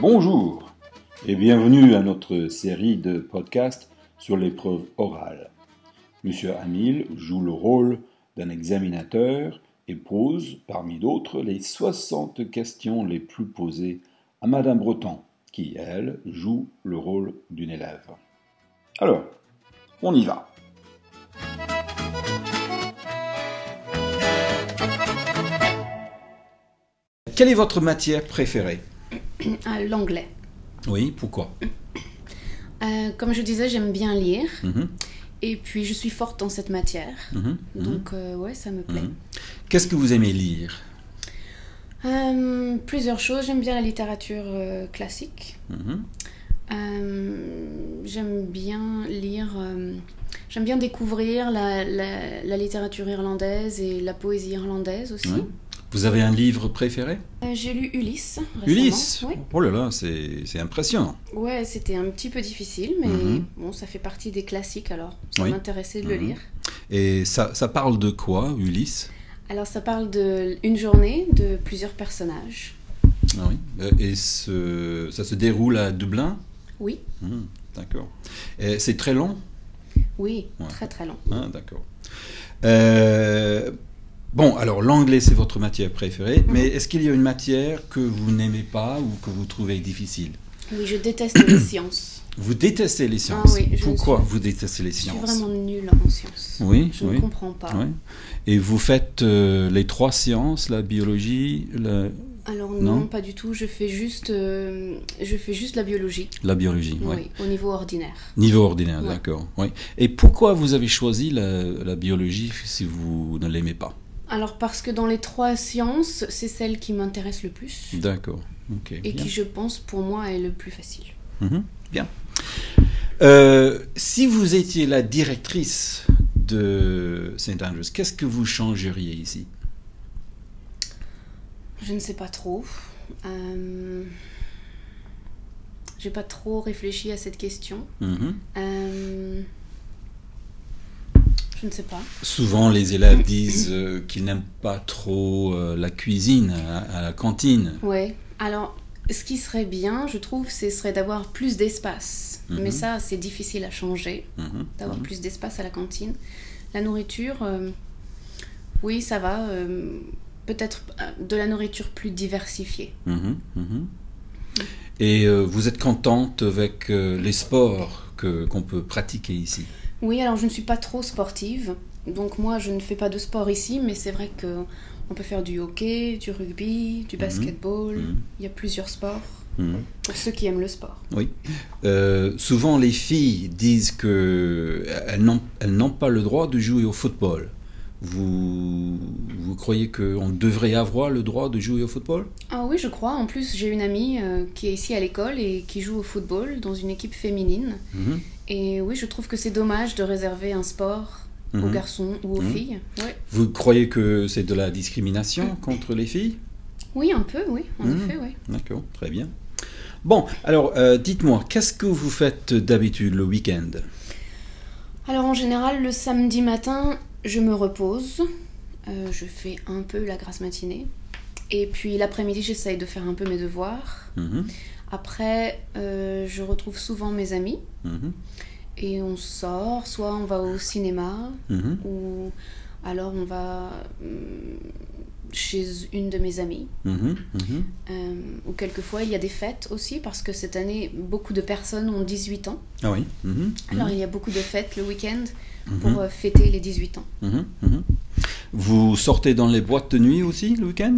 Bonjour et bienvenue à notre série de podcasts sur l'épreuve orale. Monsieur Hamil joue le rôle d'un examinateur et pose, parmi d'autres, les 60 questions les plus posées à Madame Breton, qui, elle, joue le rôle d'une élève. Alors, on y va. Quelle est votre matière préférée Ah, L'anglais. Oui, pourquoi Euh, comme je disais, j'aime bien lire. Mhm, Et puis, je suis forte en cette matière. mhm, mhm. Donc, euh, ouais, ça me plaît. Mhm. Qu'est-ce que vous aimez lire Euh, plusieurs choses. J'aime bien la littérature euh, classique. Mhm, Euh, j'aime bien lire. euh, j'aime bien découvrir la, la- la littérature irlandaise et la poésie irlandaise aussi. ouais. Vous avez un livre préféré Euh, J'ai lu Ulysse récemment. Ulysse Oui. Oh là là, c'est c'est impressionnant. Ouais, c'était un petit peu difficile, mais Mhm. bon, ça fait partie des classiques alors. Ça Oui. m'intéressait de le Mhm. lire. Et ça, ça parle de quoi, Ulysse Alors, ça parle de une journée de plusieurs personnages. Ah oui. Euh, Et ce- ça se déroule à Dublin Oui, Hmm, D'accord. Et C'est très long oui, Ouais. très très long. Hein, D'accord. Euh, bon, alors l'anglais, c'est votre matière préférée, Mhm. mais est-ce qu'il y a une matière que vous n'aimez pas ou que vous trouvez difficile Oui, je déteste les sciences. Vous détestez les sciences. Ah oui, je Pourquoi suis- vous détestez les Je suis sciences vraiment nulle en sciences. Oui, Je ne oui. comprends pas. oui. Et vous faites euh, les trois sciences, la biologie, la, Alors non, Non. pas du tout. Je fais juste, euh, je fais juste la biologie. la biologie. ouais. Oui, au niveau ordinaire. Niveau ordinaire, Ouais. d'accord. Oui. Et pourquoi vous avez choisi la, la biologie si vous ne l'aimez pas Alors parce que dans les trois sciences, c'est celle qui m'intéresse le plus D'accord. Ok. et Mm. bien. qui, je pense, pour moi, est le plus facile. Mhm, Bien. Euh, si vous étiez la directrice de St. Andrews, qu'est-ce que vous changeriez ici Je ne sais pas trop. Euh, J'ai pas trop réfléchi à cette question. Mhm. Euh, Je ne sais pas. Souvent, les élèves disent euh, qu'ils n'aiment pas trop euh, la cuisine à, à la cantine. Ouais. Alors, ce qui serait bien, je trouve, ce serait d'avoir plus d'espace. Mhm. Mais ça, c'est difficile à changer, Mhm, d'avoir mhm. plus d'espace à la cantine. La nourriture, euh, oui, ça va. euh, Peut-être euh, de la nourriture plus diversifiée. Mhm, mhm. Et euh, vous êtes contente avec euh, les sports que- qu'on peut pratiquer ici Oui, alors je ne suis pas trop sportive. Donc moi, je ne fais pas de sport ici, mais c'est vrai que on peut faire du hockey, du rugby, du basketball. Mhm. Il y a plusieurs sports Mhm. pour ceux qui aiment le sport. Euh, souvent, les filles disent que euh, elles n'ont elles n'ont pas le droit de jouer au football. Vous, vous croyez qu'on devrait avoir le droit de jouer au football Ah oui, je crois. En plus, j'ai une amie euh, qui est ici à l'école et qui joue au football dans une équipe féminine. Mhm, Et oui, je trouve que c'est dommage de réserver un sport aux mhm. garçons ou aux Mhm. filles. Ouais. Vous croyez que c'est de la discrimination contre les filles Oui, un peu, oui, en Mhm. effet, oui. D'accord, très bien. Bon, alors euh, dites-moi, qu'est-ce que vous faites d'habitude le week-end Alors en général, le samedi matin, je me repose. Euh, je fais un peu la grasse matinée. Et puis l'après-midi, j'essaye de faire un peu mes devoirs. Mhm, Après, euh, je retrouve souvent mes amis mhm, et on sort. Soit on va au cinéma, mhm, ou alors on va euh, chez une de mes amies. mhm, mhm. Euh, ou quelquefois il y a des fêtes aussi, parce que cette année, beaucoup de personnes ont 18 ans. Ah oui. mhm, mhm, Alors il y a beaucoup de fêtes le week-end mhm, pour euh, fêter les 18 ans. mhm, mhm. Vous sortez dans les boîtes de nuit aussi le week-end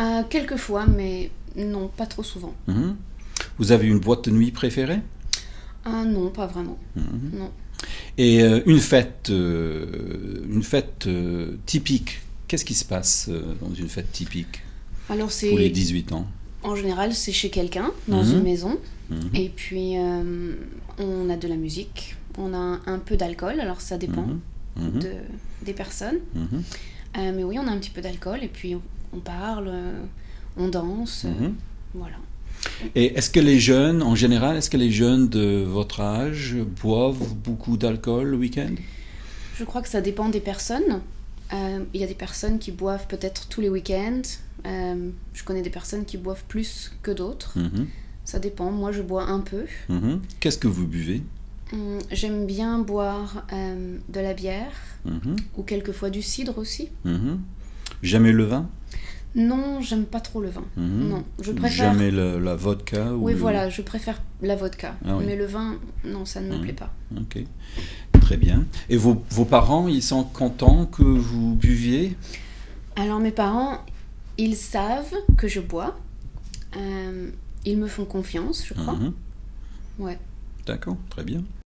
Euh, quelquefois, mais non, pas trop souvent. Mhm. Vous avez une boîte de nuit préférée Ah non, pas vraiment. Mhm. Non. Et euh, une fête, euh, une fête euh, typique. Qu'est-ce qui se passe euh, dans une fête typique Alors pour les c'est 18 ans en général c'est chez quelqu'un dans Mhm. une maison Mhm. et puis euh, on a de la musique, on a un peu d'alcool, alors ça dépend Mhm. Mhm. de, des personnes. Mhm. Euh, mais oui, on a un petit peu d'alcool et puis on, on parle, euh, on danse, euh, Mhm. voilà. Et est-ce que les jeunes, en général, est-ce que les jeunes de votre âge boivent beaucoup d'alcool le week-end Je crois que ça dépend des personnes. Euh, Il y a des personnes qui boivent peut-être tous les week-ends. Euh, je connais des personnes qui boivent plus que d'autres. Mhm, Ça dépend. Moi, je bois un peu. mhm. Qu'est-ce que vous buvez Hum, J'aime bien boire euh, de la bière Mhm, ou quelquefois du cidre aussi. mhm. Jamais le vin Non, j'aime pas trop le vin. Mhm. Non, je préfère. Jamais le- la vodka ou Oui, le- voilà, je préfère la vodka. Ah oui. Mais le vin, non, ça ne me Mhm. plaît pas. Ok, très bien. Et vos, vos parents, ils sont contents que vous buviez Alors mes parents, ils savent que je bois. Euh, ils me font confiance, je crois. Mhm. Ouais. D'accord, très bien.